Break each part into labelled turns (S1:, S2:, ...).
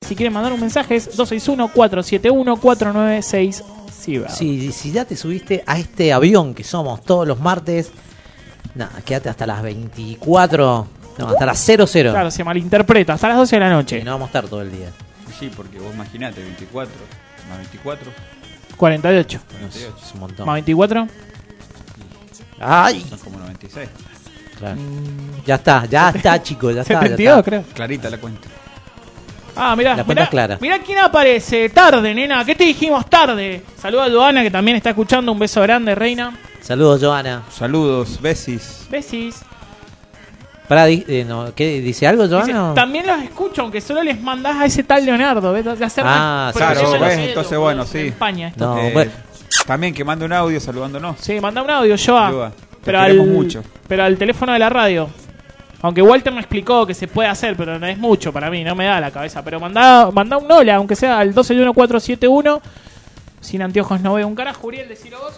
S1: Si quieren mandar un mensaje es 261-471-496 Ciudad.
S2: Si, si ya te subiste a este avión que somos todos los martes, nada, quédate hasta las 24, no, hasta las 00.
S1: Claro, se malinterpreta. Hasta las 12 de la
S2: Que
S1: noche.
S2: no vamos a estar todo el día.
S3: Sí, porque vos imaginate, 24 más 24,
S1: 48.
S2: No, es,
S3: 48.
S2: es un montón.
S1: Más 24.
S2: Ay,
S3: Son como 96.
S2: claro. ya está, ya está, chicos, ya está. ya
S1: 72,
S2: está.
S1: creo.
S3: Clarita la cuenta.
S1: Ah, mirá,
S2: La cuenta
S1: mirá,
S2: es clara.
S1: mirá quién aparece. Tarde, nena. ¿Qué te dijimos tarde? Saluda a Luana, que también está escuchando. Un beso grande, reina.
S2: Saludos, Joana.
S3: Saludos, besis.
S1: Besis.
S2: Pará, di- eh, no, ¿qué, ¿Dice algo,
S1: Dice,
S2: Joana? o-
S1: También los escucho, aunque solo les mandás a ese tal Leonardo. ¿ves? De hacer-
S2: Ah,
S1: porque
S2: claro,
S1: yo ya lo
S2: ves,
S1: sé,
S3: entonces,
S1: lo-
S3: bueno,
S1: en
S3: sí.
S1: España esto.
S2: No,
S3: Eh,
S2: bueno.
S3: También que mande un audio saludándonos.
S1: Sí, manda un audio, yo
S3: Yoa,
S1: a.
S3: te queremos mucho.
S1: Pero al teléfono de la radio. Aunque Walter me explicó que se puede hacer, pero no es mucho para mí, no me da la cabeza. Pero manda, manda un hola, aunque sea al 121471. Sin anteojos no veo un carajo, Uriel, decilo vos.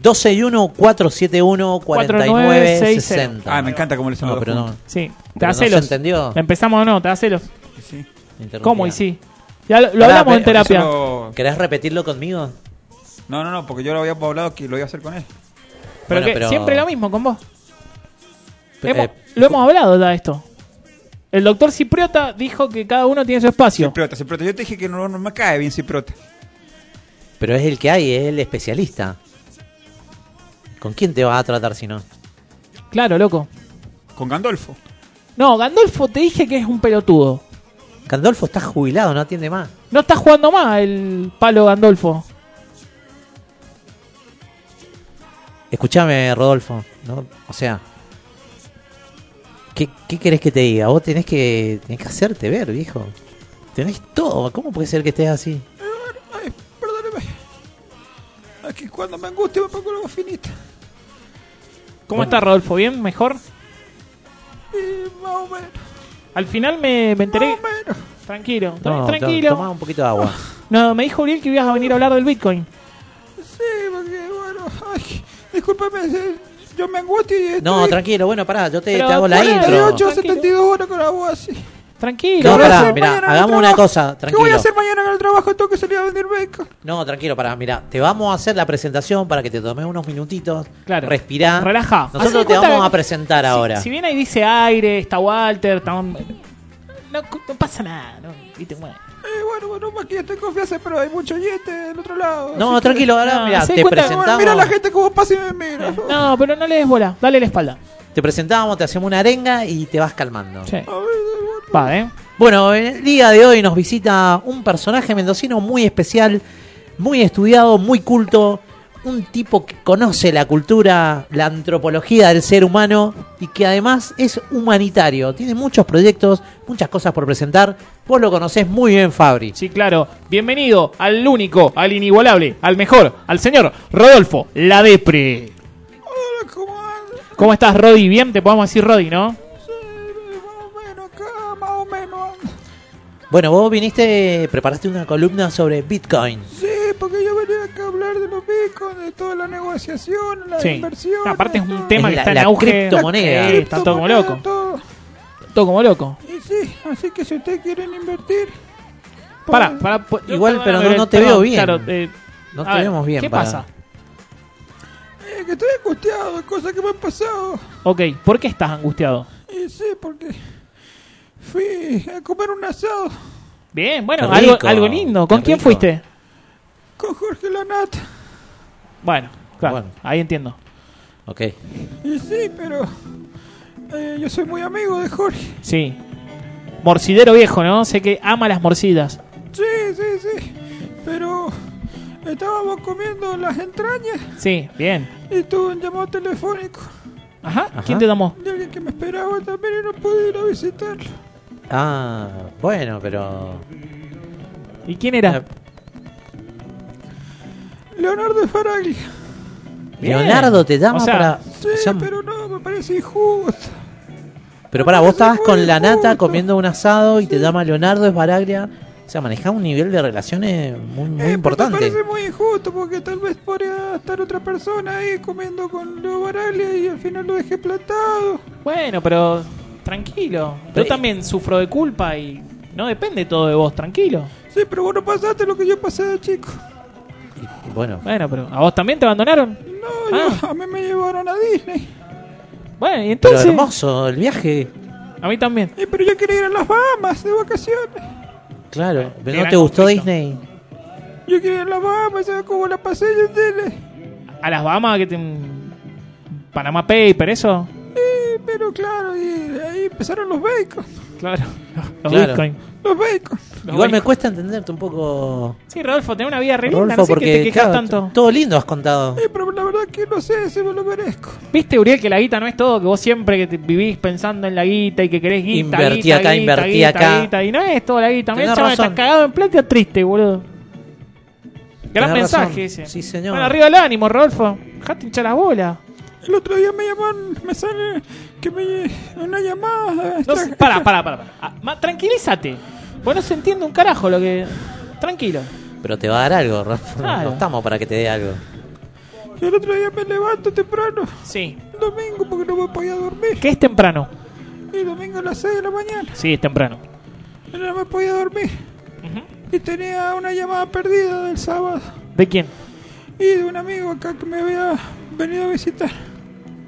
S2: 12 y 1 471 49
S1: 4960.
S3: Ah, me encanta cómo le
S2: No,
S3: llamamos.
S2: pero no.
S1: Sí, te
S2: Pero
S1: da
S2: no se
S1: celos.
S2: entendió.
S1: Empezamos o no, te da celos.
S3: Sí.
S2: interrumpida.
S1: Em, ¿Cómo y sí? Ya lo, lo
S2: Pará,
S1: hablamos
S2: pero
S1: en terapia.
S3: Eso lo-
S2: ¿Querés repetirlo conmigo?
S3: No, no, no, porque yo lo había hablado que lo iba a hacer con él.
S1: Pero
S2: Bueno,
S1: que
S2: pero-
S1: siempre lo mismo con vos. Hemos-
S2: Eh,
S1: lo hemos hablado ya esto. El doctor Cipriota dijo que cada uno tiene su espacio.
S3: Cipriota, Cipriota. Yo te dije que no, no me cae bien Cipriota.
S2: Pero es el que hay, es el especialista. ¿Con quién te vas a tratar si no?
S1: Claro, loco.
S3: Con Gandolfo.
S1: No, Gandolfo te dije que es un pelotudo.
S2: Candolfo está jubilado, no atiende más.
S1: No está jugando más el palo Gandolfo.
S2: Escúchame, Rodolfo. ¿no? O sea, ¿qué, qué querés que te diga? Vos tenés que, tenés que hacerte ver, viejo. Tenés todo. ¿Cómo puede ser que estés así?
S3: Ay, perdóneme. Aquí cuando me angustio me pongo algo finita.
S1: ¿Cómo está Rodolfo? ¿Bien? ¿Mejor?
S3: Y más o menos.
S1: Al final me, me enteré.
S3: Más o menos.
S1: Tranquilo,
S2: No, to- Tomá
S1: tranquilo.
S2: un poquito de agua.
S1: No, me dijo Uriel que ibas a venir a hablar del Bitcoin.
S3: Sí, porque bueno. Ay, discúlpame. eh, Yo me angustio y estoy
S2: No, tranquilo. Bueno, pará, yo te,
S1: Pero
S2: te hago la
S1: pará,
S2: intro.
S3: 48, 72 horas con agua así.
S1: Tranquilo.
S2: No,
S3: voy a
S2: pará,
S3: hacer
S2: mirá,
S3: mañana en el
S2: hagamos una
S3: trabajo?
S2: cosa,
S3: ¿Qué voy a
S2: tranquilo.
S3: hacer mañana en el trabajo? Tengo que salir a vender bacon.
S2: No, tranquilo, pará, mira, te vamos a hacer la presentación para que te tomes unos minutitos,
S1: Claro.
S2: respirá.
S1: Relaja. Hacé
S2: Nosotros te
S1: cuenta
S2: vamos
S1: que-
S2: a presentar
S1: Si-
S2: ahora.
S1: Si, bien ahí dice aire, está Walter, está. un- No, cu- no pasa nada, no, viste, bueno.
S3: Eh, bueno, bueno, aquí estoy en confianza, pero hay mucho oyente del otro lado.
S2: No,
S3: así que-
S2: tranquilo, ahora
S1: No,
S2: mirá,
S1: hacé
S2: te
S1: cuenta-
S3: Bueno,
S2: presentamos.
S3: mira la gente como pasa y me mira.
S1: No, pero no le des bola, dale la espalda.
S2: Te presentamos, te hacemos una arenga y te vas calmando.
S1: Sí.
S3: A ver, bueno.
S1: Va, eh.
S2: Bueno, en el día de hoy nos visita un personaje mendocino muy especial, muy estudiado, muy culto, un tipo que conoce la cultura, la antropología del ser humano y que además es humanitario. Tiene muchos proyectos, muchas cosas por presentar. Vos lo conocés muy bien, Fabri.
S1: Sí, claro. Bienvenido al único, al inigualable, al mejor, al señor Rodolfo, la depre.
S3: Hola, ¿cómo andas?
S1: ¿Cómo estás, Rodi? Bien, te podemos decir Rodi, ¿no?
S3: Sí, más o menos acá, más o menos.
S2: Bueno, vos viniste, preparaste una columna sobre Bitcoin.
S3: Sí, porque yo venía acá a hablar de los bitcoins, de toda la negociación, la inversión.
S1: Aparte es un tema
S2: Es
S1: que
S2: la-
S1: está en
S2: la
S1: auge.
S2: criptomoneda.
S1: Sí, está todo como loco.
S3: todo.
S1: Todo como loco.
S3: Y sí, así que si ustedes quieren invertir.
S1: Para,
S3: pues,
S1: para.
S2: Igual, pero no- no te veo bien. No
S1: eh, a
S2: te vemos bien,
S1: ¿Qué
S2: para-
S1: pasa?
S3: eh, que estoy angustiado, cosas que me han pasado.
S1: Ok, ¿por qué estás angustiado?
S3: Y sí, porque fui a comer un asado
S1: Bien, bueno,
S2: Qué rico,
S1: algo, algo lindo. ¿Con
S2: qué
S1: quién
S2: rico.
S1: fuiste?
S3: con Jorge Lanata.
S1: Bueno, claro,
S2: Bueno.
S1: ahí entiendo.
S2: Ok.
S3: Y sí, pero eh, yo soy muy amigo de Jorge.
S1: Sí. Morcidero viejo, ¿no? Sé que ama las morcidas.
S3: Sí, sí, sí. Pero estábamos comiendo las entrañas
S1: Sí, bien.
S3: y tuve un llamado telefónico
S1: Ajá,
S2: Ajá.
S1: ¿quién te tomó?
S3: de alguien que me esperaba también y no pude ir a visitarlo.
S2: Ah, bueno, pero...
S1: ¿Y quién
S2: Eh.
S1: era?
S3: Leonardo Faraglia.
S1: Bien.
S2: Leonardo te llama
S1: O sea,
S2: para...
S3: Sí,
S2: o sea,
S3: pero no, me parece injusto.
S2: Pero para, vos estabas
S3: Muy
S2: con la nata
S3: injusto.
S2: comiendo un asado y te llama Leonardo es Baraglia. O sea, manejaba un nivel de relaciones muy, muy
S3: Eh, pero Me
S2: importante.
S3: parece muy injusto porque tal vez podría estar otra persona ahí comiendo con Leo Baraglia y al final lo dejé plantado.
S1: Bueno, pero tranquilo. Yo
S2: Pero-
S1: también sufro de culpa y No depende todo de vos, tranquilo.
S3: Sí, pero vos no pasaste lo que yo pasé de chico.
S2: Y, bueno,
S1: Bueno, pero ¿a vos también te abandonaron?
S3: No,
S1: Ah.
S3: yo- a mí me llevaron a Disney.
S1: Bueno, y
S2: pero
S1: entonces...
S2: hermoso el viaje.
S1: A mí también.
S3: Eh, pero yo quería ir a las Bahamas de vacaciones.
S2: Claro, pero
S1: gran
S2: ¿no te gustó
S1: conflicto.
S2: Disney?
S3: Yo quería ir a las Bahamas, ¿sabes cómo la pasé yo en tele?
S1: A las Bahamas que te... Panamá Paper, eso.
S3: Eh, pero claro, y ahí empezaron los bacon.
S1: Claro. Los
S2: Claro.
S1: Bitcoin.
S3: Los bacon.
S1: Los
S2: Igual me
S1: Bitcoin.
S2: cuesta entenderte un poco,
S1: Sí, Rodolfo, tenés una vida re linda,
S2: Rodolfo,
S1: no sé qué te
S2: porque
S1: quejas
S2: claro,
S1: tanto.
S2: todo lindo has contado.
S3: Eh, pero la verdad que no sé si me lo merezco.
S1: Viste, Uriel, que la guita no es todo, que vos siempre que te vivís pensando en la guita y que querés guita,
S2: Invertí
S1: guita,
S2: acá,
S1: guita,
S2: invertí
S1: guita,
S2: acá.
S1: guita, y no es toda la guita. Mirá,
S2: Tenés
S1: chaval,
S2: razón.
S1: estás cagado en plata triste, boludo. Gran
S2: Tenés
S1: mensaje
S2: razón.
S1: ese.
S2: Sí, señor.
S1: Bueno, arriba el ánimo, Rodolfo. Dejate hinchar las bolas.
S3: El otro día me llaman, me sale que me una llamada.
S1: No
S3: extra-
S1: sé- pará, pará, pará. pará. Ah, ma- tranquilízate. Vos no se entiende un carajo lo que... Tranquilo.
S2: Pero te va a dar algo, Rafa.
S1: Claro.
S2: No estamos para que te dé algo.
S3: El otro día me levanto temprano,
S1: Sí.
S3: domingo, porque no me podía dormir.
S1: ¿Qué es temprano?
S3: Y domingo a las 6 de la mañana,
S1: Sí, es temprano.
S3: y no me podía dormir.
S1: Ujú.
S3: Y tenía una llamada perdida del sábado.
S1: ¿De quién?
S3: Y de un amigo acá que me había venido a visitar.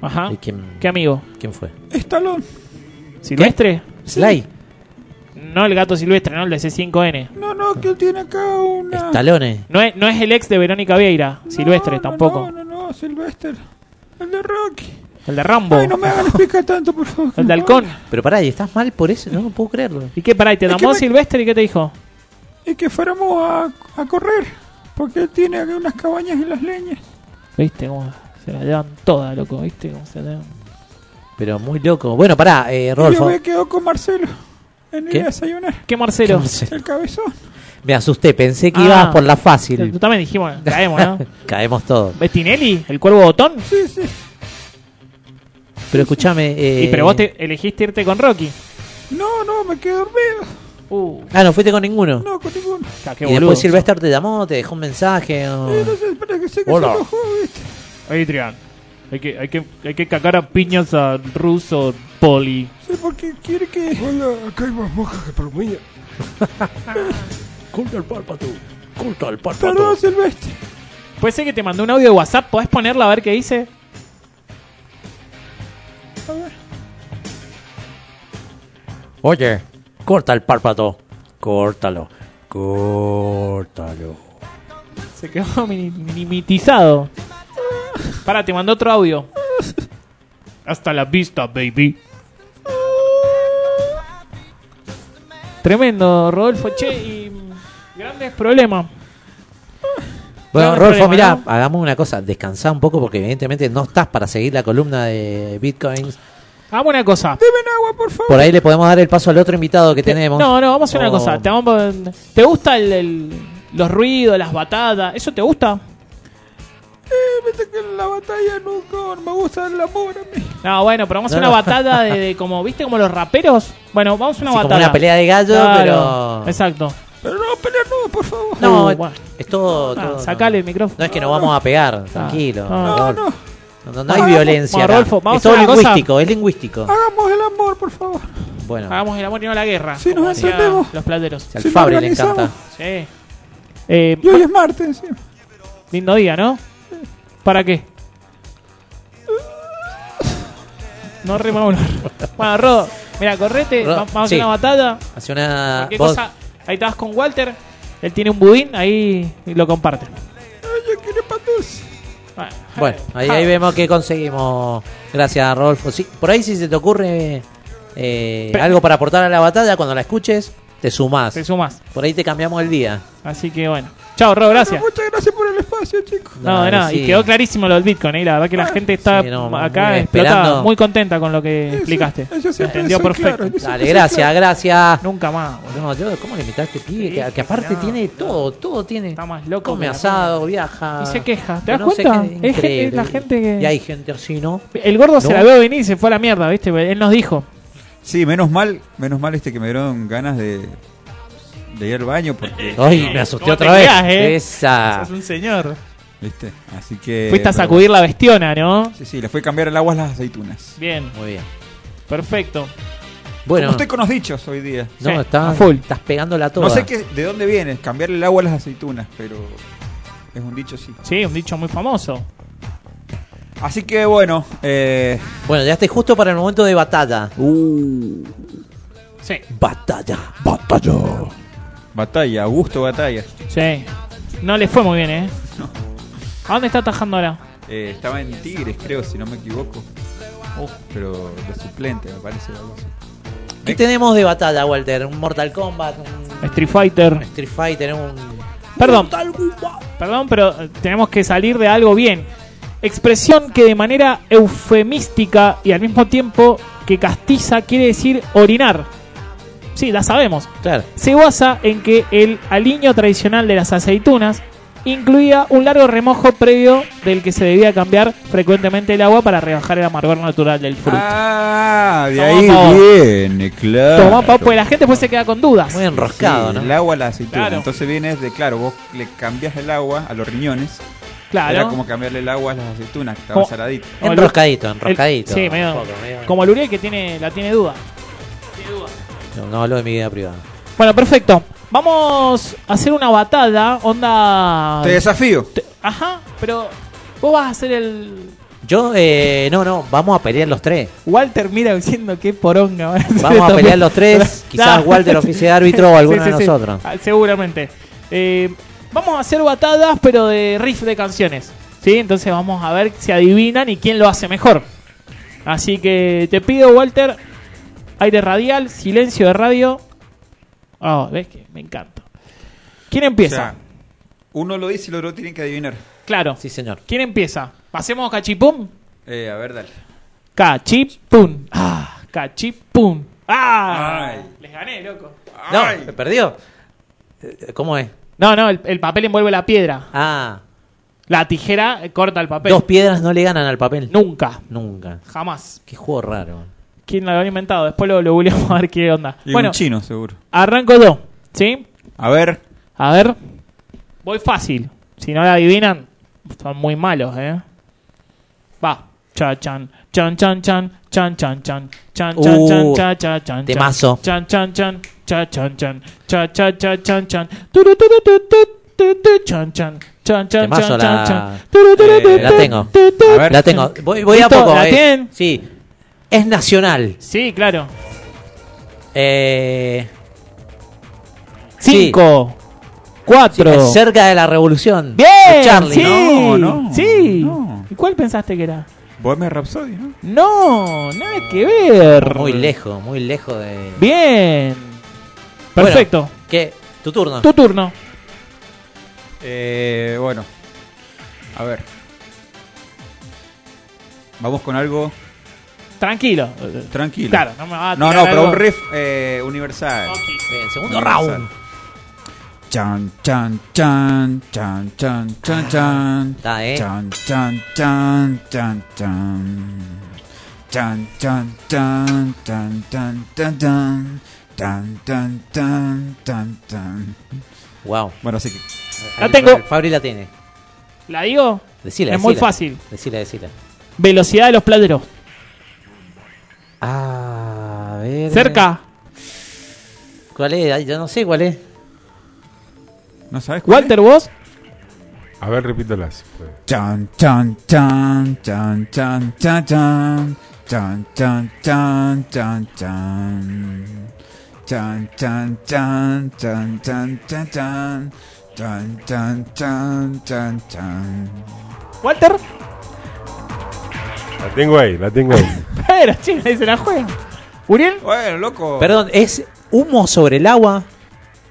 S1: Ajá.
S2: ¿Y quién-
S1: ¿Qué amigo?
S2: ¿Quién fue?
S3: Estalón.
S1: ¿Silvestre?
S2: Sly.
S1: No el gato silvestre, no el de C5N.
S3: No, no, que él tiene acá una...
S2: Estalones.
S1: No es, no es el ex de Verónica Vieira,
S3: No,
S1: Silvestre
S3: no,
S1: tampoco.
S3: No, no, no, Silvestre. El de Rocky.
S1: El de Rambo.
S3: Ay, no me hagan explicar tanto, por favor.
S1: El de Halcón.
S2: Pero pará, ¿y estás mal por eso? No, no puedo creerlo.
S1: ¿Y qué? Pará, ¿y te
S3: Es que
S1: llamó
S3: me-
S1: Silvestre y qué te dijo?
S3: Y que fuéramos a, a correr. Porque él tiene acá unas cabañas en las leñas.
S1: Viste cómo se la llevan todas, loco. Viste cómo se la llevan.
S2: Pero muy loco. Bueno, pará, eh,
S3: Y yo
S2: Rodolfo.
S3: me quedo con Marcelo. En ir
S2: ¿Qué?
S3: a desayunar.
S1: ¿Qué Marcelo?
S2: No sé.
S3: El cabezón.
S2: Me asusté, pensé que
S1: Ah.
S2: ibas por la
S1: Tú
S2: fácil.
S1: también dijimos, caemos, ¿no?
S2: Caemos todos.
S1: ¿Bettinelli? ¿El cuervo botón?
S3: Sí, sí.
S2: Pero escúchame. Eh...
S1: Y pero vos te elegiste irte con Rocky.
S3: No, no, me quedé dormido.
S1: Uh,
S2: Ah, no fuiste con ninguno.
S3: No, con ninguno.
S1: ca- Ah, qué
S2: y
S1: boludo.
S2: después Silvestre te llamó, te dejó un mensaje. o-
S3: Eh, no sé, pero que sé que
S2: Ah. Hola.
S3: se enojó, ¿viste?
S1: Adrián, hay que, hay, que, hay que cagar a piñas a ruso poli.
S3: Sí, porque quiere que...
S4: Hola, acá hay más moscas que palomilla. Culta el párpado. Culta el
S3: Perdón, Silvestre.
S1: Puede ser que te mandó un audio de WhatsApp. ¿Podés ponerla a ver qué dice?
S3: A ver.
S2: Oye, corta el párpado.
S4: Córtalo. Córtalo.
S1: Se quedó mini- minimitizado. Para, te mandó otro audio. Hasta la vista, baby. Tremendo, Rodolfo. Che, y mm, grandes problemas.
S2: Bueno,
S1: No, no hay
S2: Rodolfo,
S1: problema,
S2: mirá, hagamos una cosa. Descansá un poco porque evidentemente no estás para seguir la columna de Bitcoins.
S1: Hagamos una cosa.
S3: Deben agua, por favor.
S2: Por ahí le podemos dar el paso al otro invitado que tenemos.
S1: No, no, vamos a hacer una
S2: Oh.
S1: cosa. Te, vamos a poner- ¿Te gusta el, el- los ruidos, las batadas? ¿Eso te gusta?
S3: Eh, viste que en la batalla nunca no me gusta el amor a mí.
S1: No, bueno, pero vamos a
S2: No,
S1: una
S2: no.
S1: batalla de, de como, ¿viste? Como los raperos. Bueno, vamos a una
S2: Así
S1: batalla.
S2: como una pelea de gallo,
S1: Claro,
S2: pero.
S1: Exacto.
S3: Pero no, pelear no, por favor.
S2: No,
S1: Uh,
S2: es-
S1: bueno.
S2: es todo.
S1: Ah,
S2: todo-
S1: sacale el micrófono.
S2: No es que nos vamos a pegar, tranquilo.
S1: no.
S3: No,
S2: Rodolfo.
S3: no.
S2: No, no, no hay
S1: Vamos,
S2: violencia. acá.
S1: Rodolfo, vamos
S2: es todo
S1: a una cosa. Ah.
S2: lingüístico, es lingüístico.
S3: Hagamos el amor, por favor.
S2: Bueno,
S1: Hagamos el amor y no la guerra.
S3: Sí,
S1: como
S3: nos
S1: decían
S3: entendemos.
S1: Los plateros.
S2: al
S3: si no
S2: Fabri le
S3: organizamos.
S2: encanta.
S1: Sí. Eh,
S3: Y hoy es martes encima.
S1: lindo día, ¿no? ¿Para qué? No rima uno. Bueno, Rodo, mira, correte,
S2: Rodo,
S1: va- vamos a hacer
S2: sí.
S1: una batalla.
S2: Hace una.
S1: Cualquier
S2: vos-
S1: cosa, ahí estabas con Walter, él tiene un budín, ahí lo comparte.
S3: Ay, yo quiero pan dulce.
S1: Bueno,
S2: Bueno, ahí, ahí vemos que conseguimos. Gracias, Rodolfo. Sí, por ahí, si se te ocurre eh,
S1: Pero-
S2: algo para aportar a la batalla, cuando la escuches, te sumás.
S1: te sumás.
S2: Por ahí te cambiamos el día.
S1: Así que bueno. Chao, Rodo, gracias.
S3: Bueno, muchas gracias por el espacio, chicos.
S1: No, de
S2: Dale,
S1: nada, y
S2: sí. Ah,
S1: quedó clarísimo lo del Bitcoin, ¿eh? la verdad que la gente está
S2: Sí, no,
S1: acá
S2: muy
S1: explotada,
S2: esperando.
S1: muy contenta con lo que
S3: Eso-
S1: explicaste.
S3: eso siempre
S1: Entendió
S3: soy
S1: perfecto.
S3: claro, yo siempre
S2: Dale,
S3: soy
S2: gracias,
S3: claro.
S2: gracias.
S1: Nunca más, boludo.
S2: No, yo, ¿cómo le invitaste, pibe?
S1: Sí,
S2: Que, que aparte
S1: no,
S2: tiene
S1: no.
S2: todo, todo tiene.
S1: Está más loco
S2: Come
S1: que la
S2: asado, viaja.
S1: Y se queja. ¿Te
S2: Pero
S1: das
S2: sé
S1: cuenta?
S2: qué,
S1: Es gente-
S2: increíble.
S1: es la gente que-
S2: Y hay gente así, ¿no?
S1: El gordo se
S2: No.
S1: la veo venir y se fue a la mierda, ¿viste? Él nos dijo.
S5: Sí, menos mal, menos mal este que me dieron ganas de, de ir al baño porque,
S2: Ay, me asusté
S1: ¿Cómo
S2: otra
S1: te
S2: vez.
S1: quedás, eh?
S2: Esa.
S1: un señor.
S5: ¿viste? Así
S2: Eh,
S5: que...
S1: Fuiste a
S5: pero
S1: sacudir la bestiona, ¿no?
S5: bueno. Sí, sí, le fue a cambiar el agua a las aceitunas.
S1: Bien,
S2: Muy bien.
S1: perfecto.
S2: Bueno,
S3: Como estoy con los dichos hoy día.
S2: no,
S1: Sí,
S2: está-
S1: a full.
S2: estás pegándola toda.
S3: No sé qué, de dónde viene, cambiarle el agua a las aceitunas, pero es un dicho sí.
S1: Sí, un dicho muy famoso.
S3: Así que bueno, eh,
S2: Bueno, ya estoy justo para el momento de batalla.
S1: Sí,
S2: Uh, Batalla, batalla.
S3: batalla, Augusto Batalla.
S1: sí. No le fue muy bien, ¿eh? ¿A dónde está atajando ahora?
S3: Eh, estaba en Tigres, creo, si no me equivoco. Pero de suplente, me parece. algo así.
S2: ¿Qué
S3: Eh.
S2: tenemos de batalla, Walter? ¿Un Mortal Kombat? ¿Un
S1: Street Fighter.
S2: Street Fighter? ¿Un.
S1: Perdón.
S2: Mortal Kombat.
S1: Perdón, pero eh, tenemos que salir de algo bien. Expresión que de manera eufemística y al mismo tiempo que castiza quiere decir orinar. Sí, la sabemos.
S2: Claro.
S1: Se basa en que el aliño tradicional de las aceitunas incluía un largo remojo previo del que se debía cambiar frecuentemente el agua para rebajar el amargor natural del fruto.
S3: Ah, de
S1: Toma,
S3: ahí
S1: Pau.
S3: viene, claro.
S1: Tomá, Pau, porque la gente después se queda con dudas.
S2: Muy
S3: Sí,
S2: enroscado, ¿no?
S3: El agua a la aceituna.
S1: Claro.
S3: Entonces vienes de, claro, vos le cambias el agua a los riñones. Era
S1: Claro.
S3: como cambiarle el agua a las aceitunas, que estaban
S1: Como-
S3: saladitas.
S1: Como el-
S2: Enroscadito, enroscadito.
S1: sí, medio-
S2: Un poco, medio-
S1: Como el Uriel que tiene, la tiene duda.
S2: No, no hablo de mi vida privada.
S1: Bueno, perfecto. Vamos a hacer una batalla, onda...
S3: Te desafío.
S1: Te- Ajá, pero vos vas a hacer el...
S2: Yo, eh, no, no, vamos a pelear los tres.
S1: Walter mira diciendo que poronga. van hacer
S2: Vamos a
S1: también.
S2: pelear los tres. Quizás Walter oficie de árbitro o alguno
S1: Sí, sí,
S2: de
S1: sí.
S2: nosotros.
S1: Ah, Seguramente. Eh, vamos a hacer batadas, pero de riff de canciones. ¿Sí? Entonces vamos a ver si adivinan y quién lo hace mejor. Así que te pido, Walter, aire radial, silencio de radio. Ah, ves que me encanta. ¿Quién
S3: O
S1: empieza?
S3: sea, uno lo dice y el otro tiene que adivinar.
S1: claro.
S2: Sí, señor.
S1: ¿Quién empieza? ¿Pasemos cachipum?
S3: Eh, a ver, dale.
S1: Cachipum. Ah, cachipum. Ah,
S3: Ay.
S1: les gané, loco.
S2: No,
S3: Ay.
S2: me perdió. Eh, ¿Cómo es?
S1: No, no, el, el papel envuelve la piedra.
S2: Ah,
S1: La tijera eh, corta el papel.
S2: dos piedras no le ganan al papel.
S1: Nunca.
S2: Nunca.
S1: Jamás.
S2: Qué juego raro.
S1: ¿Quién lo había inventado? Después lo, lo googleamos a ver qué onda.
S3: Y
S1: bueno,
S3: un chino, seguro.
S1: arranco yo. ¿Sí?
S3: A ver.
S1: A ver. Voy fácil. Si no la adivinan, son muy malos, ¿eh? Va. Cha chan, chan chan chan, chan chan chan, chan chan chan,
S2: Uh,
S1: cha cha chan.
S2: temazo.
S1: Chan chan chan, cha chan chan, cha cha cha chan chan. Turu, turu, tu, tu, tu, tu, Chan chan, chan chan
S2: Temazo
S1: chan chan
S2: la-
S1: chan. Turu, turu,
S3: Eh,
S1: tu,
S2: la
S1: tu,
S2: tengo.
S1: tu, tu.
S3: A ver.
S2: La tengo. Voy, voy a
S1: ¿Listo?
S2: poco.
S1: ¿La
S2: eh.
S1: tienen?
S2: Sí. Es nacional.
S1: Sí, claro.
S2: Eh, Sí.
S1: Cinco. Cuatro.
S2: es cerca de la revolución.
S1: Bien.
S2: De Charlie.
S1: sí.
S3: No, no,
S1: sí.
S3: no.
S1: ¿Y cuál pensaste que era?
S3: Bohemia Rhapsody, ¿no?
S1: No, nada que ver.
S2: Muy lejos, muy lejos de.
S1: Bien.
S2: Bueno,
S1: Perfecto.
S2: ¿Qué? Tu turno.
S1: Tu turno.
S3: Eh, bueno. A ver. Vamos con algo
S1: Tranquilo.
S3: tranquilo.
S1: Claro, no me va a
S3: No,
S1: tirar
S3: no, pero
S1: algo-
S3: un riff eh, universal.
S1: Ok.
S2: Bien, segundo round.
S3: Chan, chan, chan, chan, chan, chan, chan.
S2: Está, eh.
S3: Chan, chan, chan, chan, chan. Chan, chan, chan, chan, chan, chan, chan. Tan, tan, tan, tan, tan.
S2: Wow.
S3: Bueno, así que.
S1: La tengo.
S2: Fabri la tiene.
S1: ¿La digo?
S2: Decila,
S1: es muy
S2: decila.
S1: fácil.
S2: Decila, decila.
S1: Velocidad de los plateros.
S2: Ah, a ver.
S1: Cerca.
S2: ¿Cuál es? Ay, Yo no sé cuál es.
S3: ¿No sabes cuál? es?
S1: Walter, vos.
S6: A ver, repítela si puede.
S3: Chan, chan, chan, chan, chan, chan, chan. Chan, chan, chan, chan, chan. Chan, chan, chan, chan, chan, chan, chan. Chan, chan, chan, chan, chan.
S1: Walter.
S6: La tengo ahí, la tengo ahí.
S1: Pero, che, nadie se la juega. Uriel.
S3: Bueno, loco.
S2: Perdón, ¿es humo sobre el agua?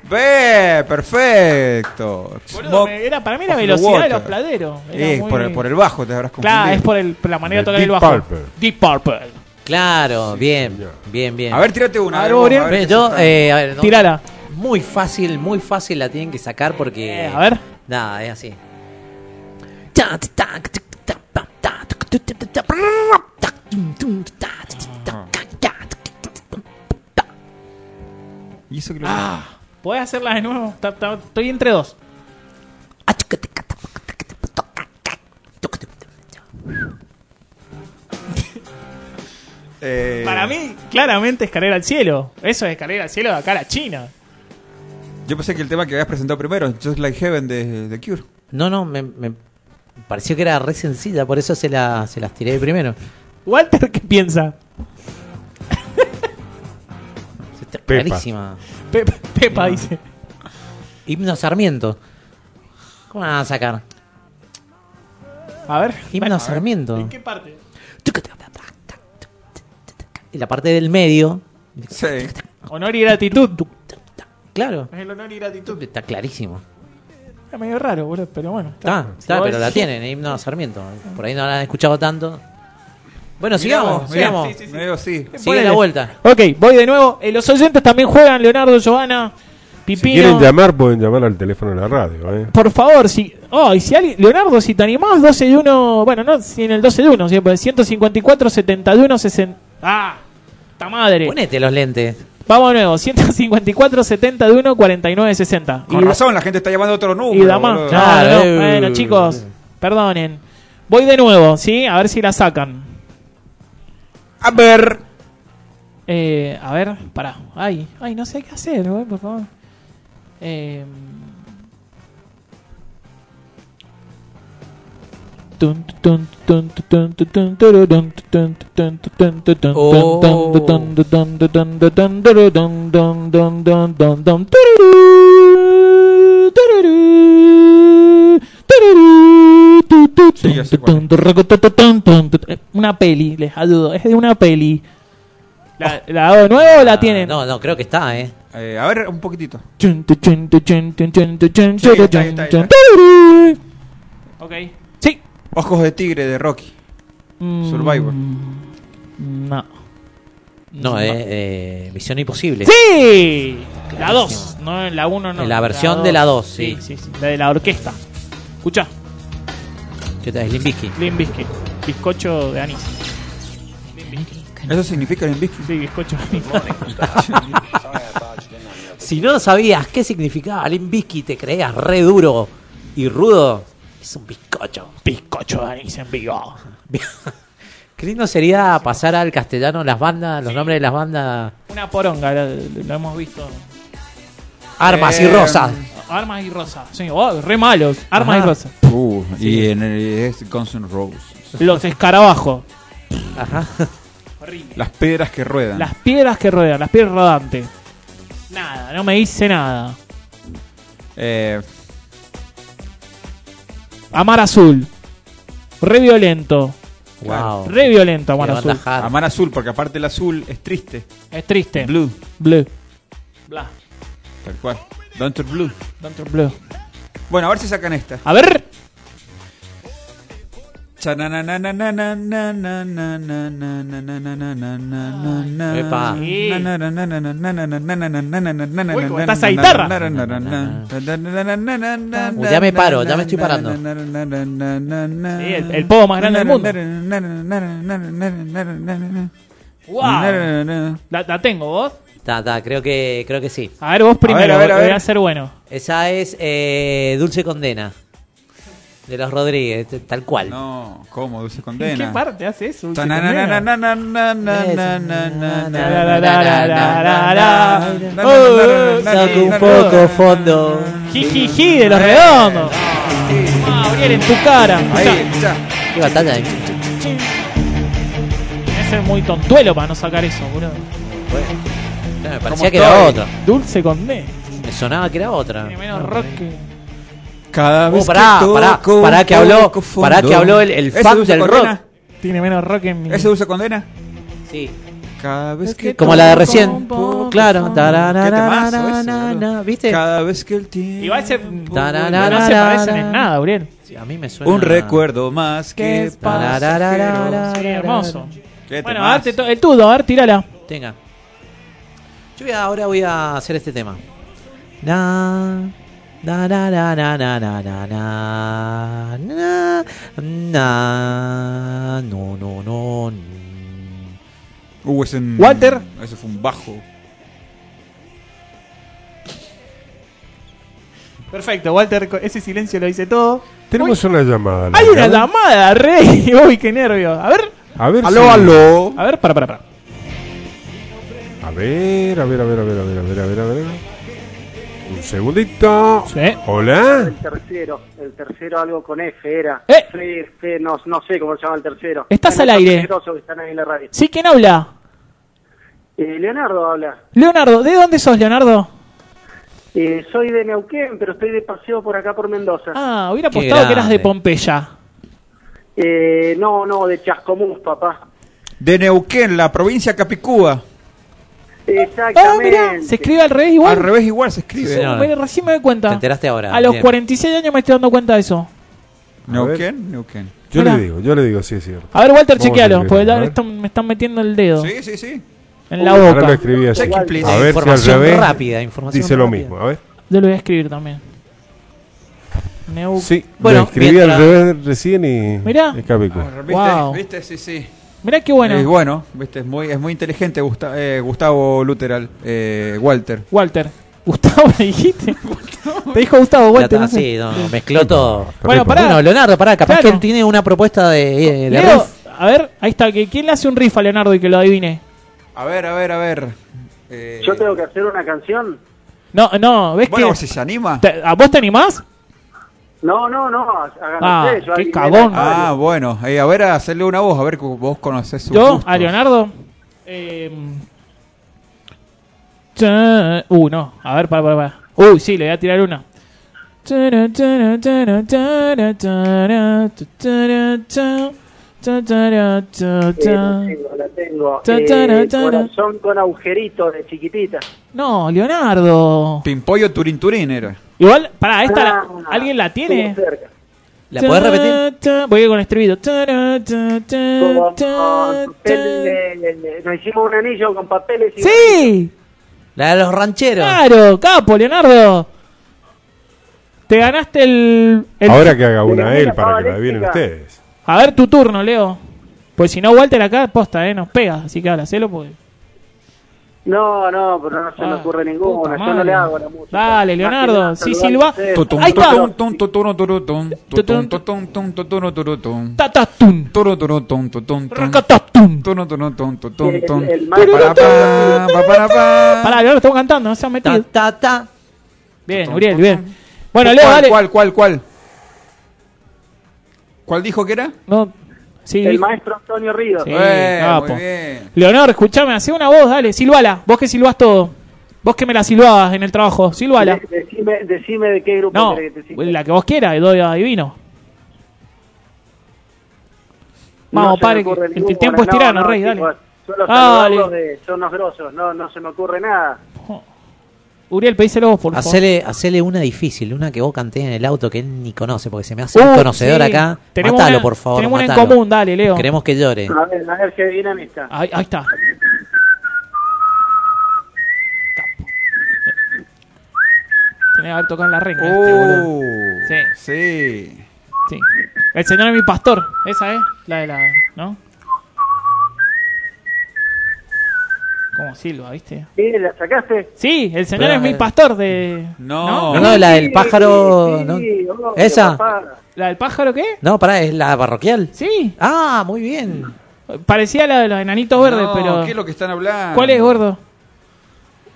S3: Ve, perfecto.
S1: Boludo, me- era, para mí la
S3: of the
S1: velocidad de
S3: water.
S1: los plateros. Era
S3: Es
S1: muy-
S3: por el, por el bajo, te habrás confundido.
S1: Claro, es por, el, por la manera de
S6: De
S1: tocar el
S6: Deep
S1: bajo.
S6: Purple.
S1: Deep Purple.
S2: Claro, bien,
S6: señor.
S2: bien, bien.
S3: A ver, tírate
S1: A
S3: una. a
S1: ver,
S3: ver, vos,
S1: Gabriel.
S3: a ver
S2: Ve,
S3: qué
S2: yo,
S3: se trata.
S2: eh, a ver, no-
S1: Tírala.
S2: Muy fácil, muy fácil la tienen que sacar porque.
S1: Eh, a ver.
S2: Nada, es así.
S3: Y eso que lo-
S1: ah. ¿Podés hacerla de nuevo? Ta- ta- Estoy entre dos.
S3: Eh,
S1: Para mí, claramente escalera al cielo. Eso es escalera al cielo de acá a la China.
S3: Yo pensé que el tema que habías presentado primero, Just Like Heaven de, de Cure.
S2: No, no, me, me pareció que era re sencilla, por eso se, la, se las tiré primero.
S1: Walter, ¿qué piensa?
S2: Está
S6: Pepa.
S2: Clarísima.
S1: Pe- Pepa dice.
S2: Himno Sarmiento. ¿Cómo la van a sacar?
S1: A ver.
S2: Himno Sarmiento.
S1: ¿En qué parte?
S2: Y la parte del medio.
S3: Sí.
S1: Honor y gratitud.
S2: Claro.
S1: Es el honor y gratitud.
S2: Está clarísimo.
S1: Es medio raro, boludo, pero bueno.
S2: Está, está,
S1: vos
S2: pero la
S1: decís-
S2: tienen, el himno Sarmiento. Por ahí no la han escuchado tanto. Bueno, sigamos,
S3: Mirá,
S2: sigamos.
S3: sí, sí, sí. Medio así.
S2: Sigue la vuelta.
S1: Ok, voy de nuevo. Eh, los oyentes también juegan, Leonardo, Giovanna,
S6: Si
S1: Pipino.
S6: quieren llamar, pueden llamar al teléfono de la radio. ¿eh?
S1: por favor, si. Oh, y si alguien. Leonardo, si te animás, 12 de 1. Bueno, no, si en el 12 de 1, siempre. 154, 71, 60. ¡Ah! ¡Ta madre!
S2: Ponete los lentes.
S1: Vamos de nuevo. 154, 71, 49, 60.
S3: Con razón, la gente está llamando a otro
S1: Y
S3: número.
S1: Dama.
S3: boludo.
S1: Claro,
S2: Claro,
S1: no.
S2: eh.
S1: Bueno, chicos, perdonen. Voy de nuevo, ¿sí? A ver si la sacan.
S3: A ver.
S1: Eh, a ver, pará. Ay, ay, no sé qué hacer, güey, por favor. Eh... tun, tun, tun, tun, tun, tun, tururun, tun, tun, tun, tun, tun,
S2: Oh.
S1: tun, tun, tun, tun, tun, tun, tururun, tun, tun, tun, tun, tun, tururú, tururú, tururú, tu, tu,
S3: Sí, ya sé
S1: tun,
S3: cuál
S1: tun, turrucu, tu, tu, tun, tun, tu, tu. Eh, Una peli, les ayudo. Es de una peli. ¿La, la hago de nuevo o la
S2: Ah,
S1: tienen?
S2: No, no, creo que está, ¿eh?
S3: Eh, a ver, un poquitito.
S1: Chun, tu, chun, tu, chun, tu, chun, tu, chun,
S3: Sí,
S1: chun,
S3: está ahí, está ahí,
S1: chun,
S3: está
S1: chun. Ok. Sí.
S3: Ojos de tigre de Rocky.
S1: Mm,
S3: Survivor.
S1: No.
S2: No, eh, eh, Misión Imposible.
S1: Sí. La 2. No, la 1 no.
S2: En la versión de la dos, sí.
S1: Sí, sí, sí. La de la orquesta. Escucha.
S2: ¿Qué tal? Es Limp Bizkit.
S1: Lim Biscuit. Bizcocho de anís. Limp Bizkit.
S3: Eso significa el Biscuit.
S1: Sí, bizcocho de anís.
S2: Si no sabías qué significaba Limp Bizkit, te creías re duro y rudo. Es un bizcocho.
S1: bizcocho de anís en vivo.
S2: Qué lindo sería pasar al castellano las bandas, los nombres de las bandas
S1: Una poronga, la- lo, hemos visto.
S2: Armas y
S3: Eh,
S2: Rosas.
S1: Armas y rosas. Sí, oh, re malos. Armas
S2: Ajá.
S1: y rosas.
S3: Uh, y en el, es Guns N' Roses.
S1: Los escarabajos.
S3: mm.
S2: Ajá.
S1: Horrible.
S3: Las piedras que ruedan.
S1: Las piedras que rodean, las piedras rodantes. Nada, no me dice nada.
S3: Eh,
S1: Amar Azul. Re violento.
S2: Wow.
S1: Re violento
S2: Qué
S1: Amar
S2: banda
S1: Azul.
S2: hard.
S3: Amar azul, porque aparte el azul es triste.
S1: Es triste.
S3: Blue,
S1: Blue. Bla.
S3: tal cual. Don't Turn Blue.
S1: Doctor Blue.
S3: Bueno, a ver si sacan esta.
S1: A ver.
S2: Epa.
S1: Uy, con esta guitarra.
S2: Uy, ya me paro, ya me estoy parando.
S1: Sí, el, el pogo más grande del mundo. Wow. La, la tengo vos.
S2: Ta, ta, creo que, creo que sí.
S1: A ver vos primero.
S3: a ver, a
S1: Voy
S3: ver.
S1: a ser bueno.
S2: Esa es eh, Dulce Condena. De los Rodríguez, t- tal cual.
S3: No, ¿cómo? Dulce
S1: ¿En qué
S3: condena.
S1: parte hace eso? Dulce Condena?
S2: Saca un poco fondo.
S1: Jijiji de los redondos. Ah, Gabriel, en tu cara.
S3: Ahí, ya.
S2: Qué batalla. eh.
S1: Ese ser muy tontuelo para no sacar eso, boludo.
S2: Ya, Me
S3: ¿Cómo
S2: parecía que era
S3: estoy?
S2: otra.
S1: Dulce con D.
S2: Me sonaba que era otra.
S1: Tiene menos rock que.
S3: Cada
S2: Oh,
S3: vez
S2: pará,
S3: que
S2: pará,
S3: toco
S2: pará que
S3: un
S2: habló-
S3: poco fondo.
S2: pará que habló el- el
S3: ¿Ese
S2: fan
S3: Dulce
S2: del
S3: Condena?
S2: rock.
S1: Tiene menos rock en mi.
S3: ¿Ese dulce condena?
S2: Sí.
S3: Cada vez que
S2: Como la de
S3: toco
S2: recién.
S3: un poco
S2: Claro.
S3: fondo.
S2: Tararara,
S3: Qué temazo ese,
S2: na,
S3: boludo.
S2: na, ¿Viste?
S3: Cada vez que el tiempo.
S1: Igual se.
S2: Tararara.
S1: No se parecen en nada, Gabriel.
S2: Sí, A mí me suena.
S3: Un recuerdo más que
S1: Qué
S3: pasajero.
S1: Sí, hermoso.
S3: Qué
S1: Bueno,
S3: temazo.
S1: a ver, te to- el tudo, a ver, tirala.
S2: Tenga. Yo voy a- ahora voy a hacer este tema. Na. Na na na na na na na na na na no no no
S3: Uh, ese en-
S1: Walter.
S3: Ese fue un bajo.
S1: Perfecto, Walter, con ese silencio lo dice todo.
S6: Tenemos una llamada.
S1: Hay una
S6: Laura.
S1: llamada, rey. Uy, qué nervio. A ver,
S6: A ver
S3: Aló,
S6: si-
S3: aló.
S1: a ver, para, para, para.
S6: ver, a ver, a ver, a ver, a ver, a ver, a ver, a ver. Un segundito.
S1: Sí.
S6: Hola.
S7: El tercero, el tercero algo con F era.
S1: Eh.
S7: Fe, Fe, no, no sé cómo se llama el tercero.
S1: Estás
S7: Bueno,
S1: al
S7: son
S1: aire.
S7: peligrosos que están ahí en la radio.
S1: ¿Sí? ¿Quién habla?
S7: Eh, Leonardo habla.
S1: Leonardo, ¿de dónde sos, Leonardo?
S7: Eh, soy de Neuquén, pero estoy de paseo por acá por Mendoza.
S1: Ah, hubiera
S2: Qué
S1: apostado que eras de
S2: grande.
S1: Pompeya.
S7: Eh, no, no, de Chascomús, papá.
S3: De Neuquén, la provincia Capicúa.
S1: Ah,
S7: Exactamente.
S1: mira, se escribe al revés igual.
S3: Al revés igual se escribe.
S2: Sí, señor.
S1: Mira, recién me doy cuenta.
S2: Ah. Te enteraste ahora,
S1: A los
S2: bien.
S1: 46 años me estoy dando cuenta de eso.
S3: Neuquén, Neuquén.
S6: Yo
S1: Hola.
S6: le digo, yo le digo, sí es cierto.
S1: A ver, Walter,
S6: Vamos a
S1: chequealo,
S6: ver,
S1: porque ya
S6: a ver.
S1: están- me están metiendo el dedo
S3: Sí, sí, sí.
S1: en la
S6: Ahora lo
S1: boca.
S6: escribí así.
S3: Check and please.
S6: A ver si al
S2: Información
S6: revés
S2: rápida, información
S6: dice lo
S2: rápida.
S6: mismo. A ver.
S1: Yo lo voy a escribir también. Neu-
S6: Sí,
S2: Bueno,
S6: lo escribí
S2: mientras-
S6: al revés recién y.
S1: Mirá.
S6: es Capicú.
S3: ¿Viste?
S1: Wow.
S3: ¿Viste? Sí, sí.
S1: Mirá qué
S3: Bueno,
S1: bueno.
S3: bueno ¿viste? Es, muy, es muy inteligente Gusta- eh, Gustavo Luteral, eh, Walter.
S1: Walter. Gustavo, me dijiste. Te dijo Gustavo,
S2: Ya
S1: Walter.
S2: está,
S1: no sé.
S2: sí, no, mezcló todo.
S1: Bueno, pará.
S2: Bueno, Leonardo, pará, capaz
S1: Claro.
S2: que él tiene una propuesta de, eh, de
S1: Leo,
S2: riff.
S1: a ver, ahí está. que ¿Quién le hace un riff a Leonardo y que lo adivine?
S3: A ver, a ver, a ver. Eh,
S7: Yo tengo que hacer una canción.
S1: No, no, ¿ves
S3: bueno,
S1: que.?
S3: si se anima.
S1: te- ¿A vos te animás?
S7: No, no, no, hagan
S1: Ah,
S7: ustedes, yo
S1: qué
S7: adiviné
S1: cagón.
S7: la radio.
S3: Ah, bueno. eh, a ver, hacerle una voz. A ver, cu- vos conocés su
S1: Yo,
S3: gusto.
S1: a Leonardo. Eh, cha- uh, no. A ver, para, para, para. Uy, sí, le voy a tirar una. Tara, tara, tara, tara, tara, tu, tara, cha, ta, tara, cha,
S7: Eh,
S1: cha.
S7: la tengo, la tengo.
S1: Cha,
S7: Eh,
S1: chara, chara.
S7: corazón con agujeritos de chiquitita.
S1: No, Leonardo.
S3: Pimpollo Turín Turín era.
S1: Igual, para, esta la-
S7: Ah,
S1: alguien la tiene.
S7: estuvo cerca.
S2: ¿La podés repetir?
S1: Ta, ta, Voy con estribillo. Tara, ta, ta,
S7: Con-
S1: ta,
S7: con papel,
S1: ta.
S7: eh, Nos hicimos un anillo con papeles y
S1: Sí.
S2: La de los rancheros.
S1: Claro, capo, Leonardo. Te ganaste el. el-
S6: Ahora que haga una
S7: Mira,
S6: él para que la
S7: Pablo,
S6: adivinen
S7: chica.
S6: ustedes.
S1: A ver tu turno, Leo. Pues si no, Walter acá, posta, eh, nos pega. Así que ahora, celo porque.
S7: No, no, pero no se me
S1: Ah,
S7: ocurre
S1: puta
S7: ninguna. Yo no
S1: madre.
S7: le hago la música.
S1: Dale, Leonardo,
S7: Imagínate,
S1: sí,
S7: lo van a
S1: Silva.
S7: hacer.
S1: Tutum,
S3: Tutun,
S1: Ahí está.
S3: tutun, tun, tutun, turutun, tutun, tutun, tun, tutun, turutun,
S1: Tatatun.
S3: turun, turun, tun, tutun, tun,
S1: Racatatun.
S3: turun, turun, tun, tutun,
S7: El-
S3: tun.
S7: el más-
S3: Parapá, paparapá.
S1: Pará, Leonardo, estamos cantando, no se han
S2: Ta,
S1: metido.
S2: ta, ta.
S1: Bien, Uriel, bien. Bueno, Leo,
S3: ¿Cuál,
S1: dale.
S3: ¿Cuál, cuál, cuál? ¿Cuál dijo que era?
S1: No, sí,
S7: El maestro Antonio Ríos.
S1: Sí.
S3: Eh,
S1: capo.
S3: muy bien.
S1: Leonor, escuchame, hace una voz, dale, silbala. Vos que silbás todo. Vos que me la silbabas en el trabajo, silbala.
S7: De- Decime, decime de qué grupo
S1: No,
S7: querés que te siga.
S1: la que vos quieras, doy adivino. Vamos,
S7: se me
S1: padre,
S7: ocurre
S1: que el-
S7: ninguna.
S1: el tiempo es tirano, Rey, dale.
S7: chicos, Solo
S1: Dale.
S7: saludarlos de- son los grosos, no, no se me ocurre nada.
S1: Uriel, pedíselo vos, por favor.
S2: Hacele, hacele una difícil, una que vos cantés en el auto que él ni conoce, porque se me hace un
S1: Uh,
S2: conocedor
S1: sí.
S2: acá.
S1: Tenemos
S2: matalo,
S1: una-
S2: por favor.
S1: tenemos una en
S2: matalo.
S1: común, dale, Leo.
S2: Queremos que llore.
S7: A ver, a ver qué adivinan esta.
S1: Ahí, ahí está. Capo. Tenía que haber tocado en la renga. este,
S2: Uh.
S1: boludo.
S3: Oh,
S1: Sí.
S3: sí.
S1: Sí. El Señor es mi pastor. Esa es la de la. ¿No? Como silba, ¿viste?
S7: ¿Sí? ¿La sacaste?
S1: Sí, el Señor
S2: Pero,
S1: es mi
S2: eh,
S1: pastor de.
S3: No.
S2: No, no, la del pájaro.
S7: Sí,
S2: ¿no?
S7: sí, obvio,
S2: ¿Esa?
S7: papá.
S1: ¿La del pájaro qué?
S2: No, pará, es la parroquial.
S1: Sí.
S2: Ah, muy bien.
S1: Parecía la de los enanitos verdes,
S3: No,
S1: pero.
S3: ¿Qué es lo que están hablando?
S1: ¿Cuál es, gordo?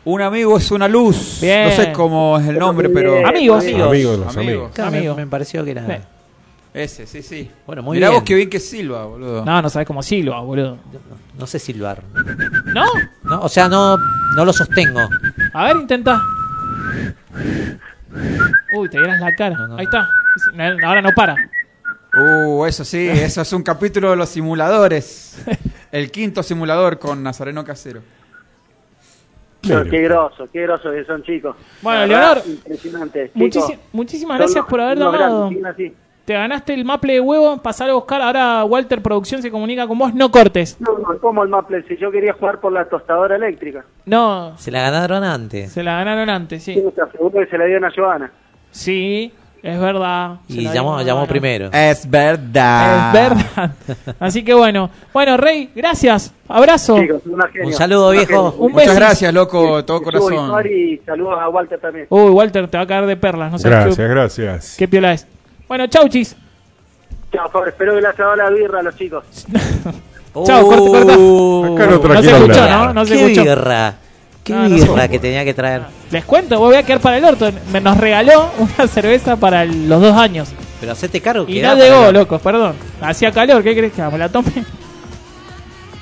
S3: Un amigo es una luz.
S1: Bien.
S3: No sé cómo es el nombre, pero.
S7: Bien.
S1: Amigos.
S2: Amigos.
S6: Amigos, los amigos.
S3: Amigos.
S2: Claro,
S1: Amigo.
S2: Me, me pareció que era.
S1: Sí.
S3: Ese, sí, sí.
S2: Bueno, muy
S3: Mirá
S2: bien.
S3: vos que bien que silba, boludo.
S1: No, no sabes cómo silba, boludo.
S2: No sé silbar.
S1: ¿No?
S2: No, o sea, no, no lo sostengo.
S1: A ver, intenta. Uy, te vieras la cara.
S2: No, no,
S1: Ahí está. No, Ahora no para.
S3: Uh, eso sí, eso es un capítulo de los simuladores. El quinto simulador con Nazareno Casero.
S7: No,
S6: Mire.
S7: qué groso, qué groso que son chicos.
S1: Bueno,
S7: La verdad,
S1: Leonor,
S7: Impresionante.
S1: muchisi-
S7: chicos.
S1: muchísimas
S7: Son
S1: gracias
S7: los-
S1: por haber
S7: los grandes,
S1: donado.
S7: siguen así.
S1: Te ganaste el maple de huevo, pasar a buscar. Ahora Walter Producción se comunica con vos, no cortes.
S7: No, no, como el Maple, si yo quería jugar por la tostadora eléctrica.
S1: No,
S2: Se la ganaron antes.
S1: se la ganaron antes, sí.
S7: Te aseguro que se la dio a Joana.
S1: Sí, es verdad. Se
S2: Y
S1: la
S2: llamó,
S1: dieron,
S2: llamó
S1: no, no.
S2: primero.
S3: Es
S1: Es
S2: Ah.
S3: verdad.
S1: verdad. Así que bueno. Bueno, Rey, gracias. Abrazo.
S7: Chicos, una genia,
S2: Un saludo,
S7: una
S2: viejo.
S7: genia.
S1: Un
S3: Muchas
S1: beso.
S3: gracias, loco, de todo
S7: Que suba Ibar
S3: corazón.
S7: Y saludos a Walter también.
S1: Uy, Walter, te va a caer de perlas. No sabes
S6: Gracias,
S1: qué,
S6: gracias.
S1: qué piola es. Bueno, chau, chis.
S7: Chao, Fabio. Espero que le haya dado la birra a los chicos.
S1: Chao, corta, corta.
S2: Uh,
S6: Acá no
S1: No se
S6: Tranquilo,
S1: escuchó,
S6: Blas.
S1: ¿no? No se
S2: ¡Qué
S1: escuchó.
S2: birra! Qué
S1: No, Ah. no
S2: birra
S6: somos.
S2: que tenía que traer.
S1: Les cuento, voy a quedar para el orto. Me nos regaló una cerveza para el- los dos años.
S2: Pero hacete cargo
S1: Y
S2: que
S1: no
S2: da
S1: llegó,
S2: Oh, para-
S1: locos, perdón. Hacía calor, ¿qué crees que haga? me la tome?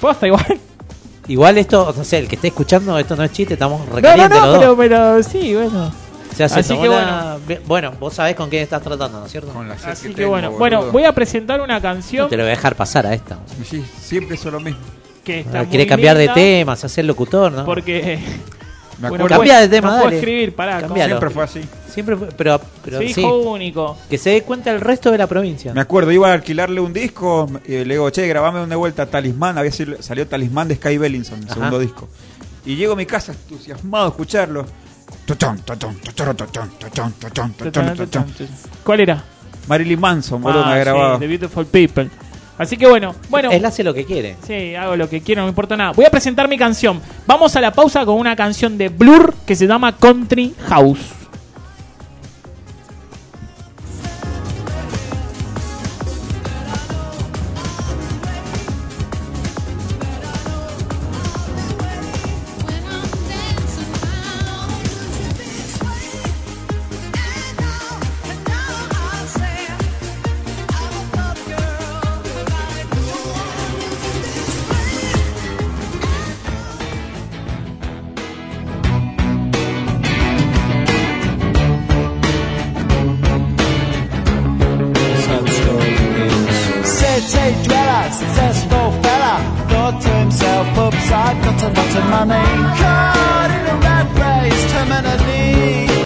S1: Posta igual.
S2: Igual esto, no sé, el que esté escuchando, esto no es chiste, estamos
S1: No, no,
S2: recalientes
S1: no,
S2: los
S1: pero,
S2: dos.
S1: pero sí, bueno.
S2: Se hace
S1: así
S2: tomó
S1: que
S2: la- Ve- bueno, vos sabés con quién estás tratando, ¿no es cierto?
S3: Con la sed
S1: Así que
S3: tengo,
S1: bueno.
S3: boludo.
S1: Bueno, voy a presentar una canción
S2: Te lo voy a dejar pasar a esta.
S3: Sí, siempre es lo mismo.
S1: que está
S2: Ah,
S1: muy
S2: Quiere cambiar de
S1: linda
S2: tema, se hace el locutor, ¿no?
S1: Porque
S3: Me
S1: bueno,
S3: acuerdo,
S2: Cambia
S1: pues,
S2: de tema,
S1: no puedo
S2: dale.
S1: escribir, pará.
S2: Cambia.
S1: con-
S3: siempre fue así.
S2: Siempre fue, pero, pero
S1: Soy
S2: sí,
S1: hijo único.
S2: que se dé cuenta el resto de la provincia.
S3: Me acuerdo, iba a alquilarle un disco y le digo, che, grabame una vuelta Talismán. Había sido- salió Talismán de Sky Bellinson, el
S2: Ajá.
S3: segundo disco. Y llego a mi casa entusiasmado a escucharlo. Tochón, tochón, tochón, tochón, tochón, tochón, tochón, tochón.
S1: ¿Cuál era?
S3: Marilyn Manson, boludo,
S1: Ah,
S3: me
S1: sí,
S3: grababa.
S1: The Beautiful People. Así que bueno, bueno.
S2: Él hace lo que quiere.
S1: Sí, hago lo que quiero, no me importa nada. Voy a presentar mi canción. Vamos a la pausa con una canción de Blur que se llama Country House.
S8: City dweller, successful fella, thought to himself, oops, I've got a lot of money.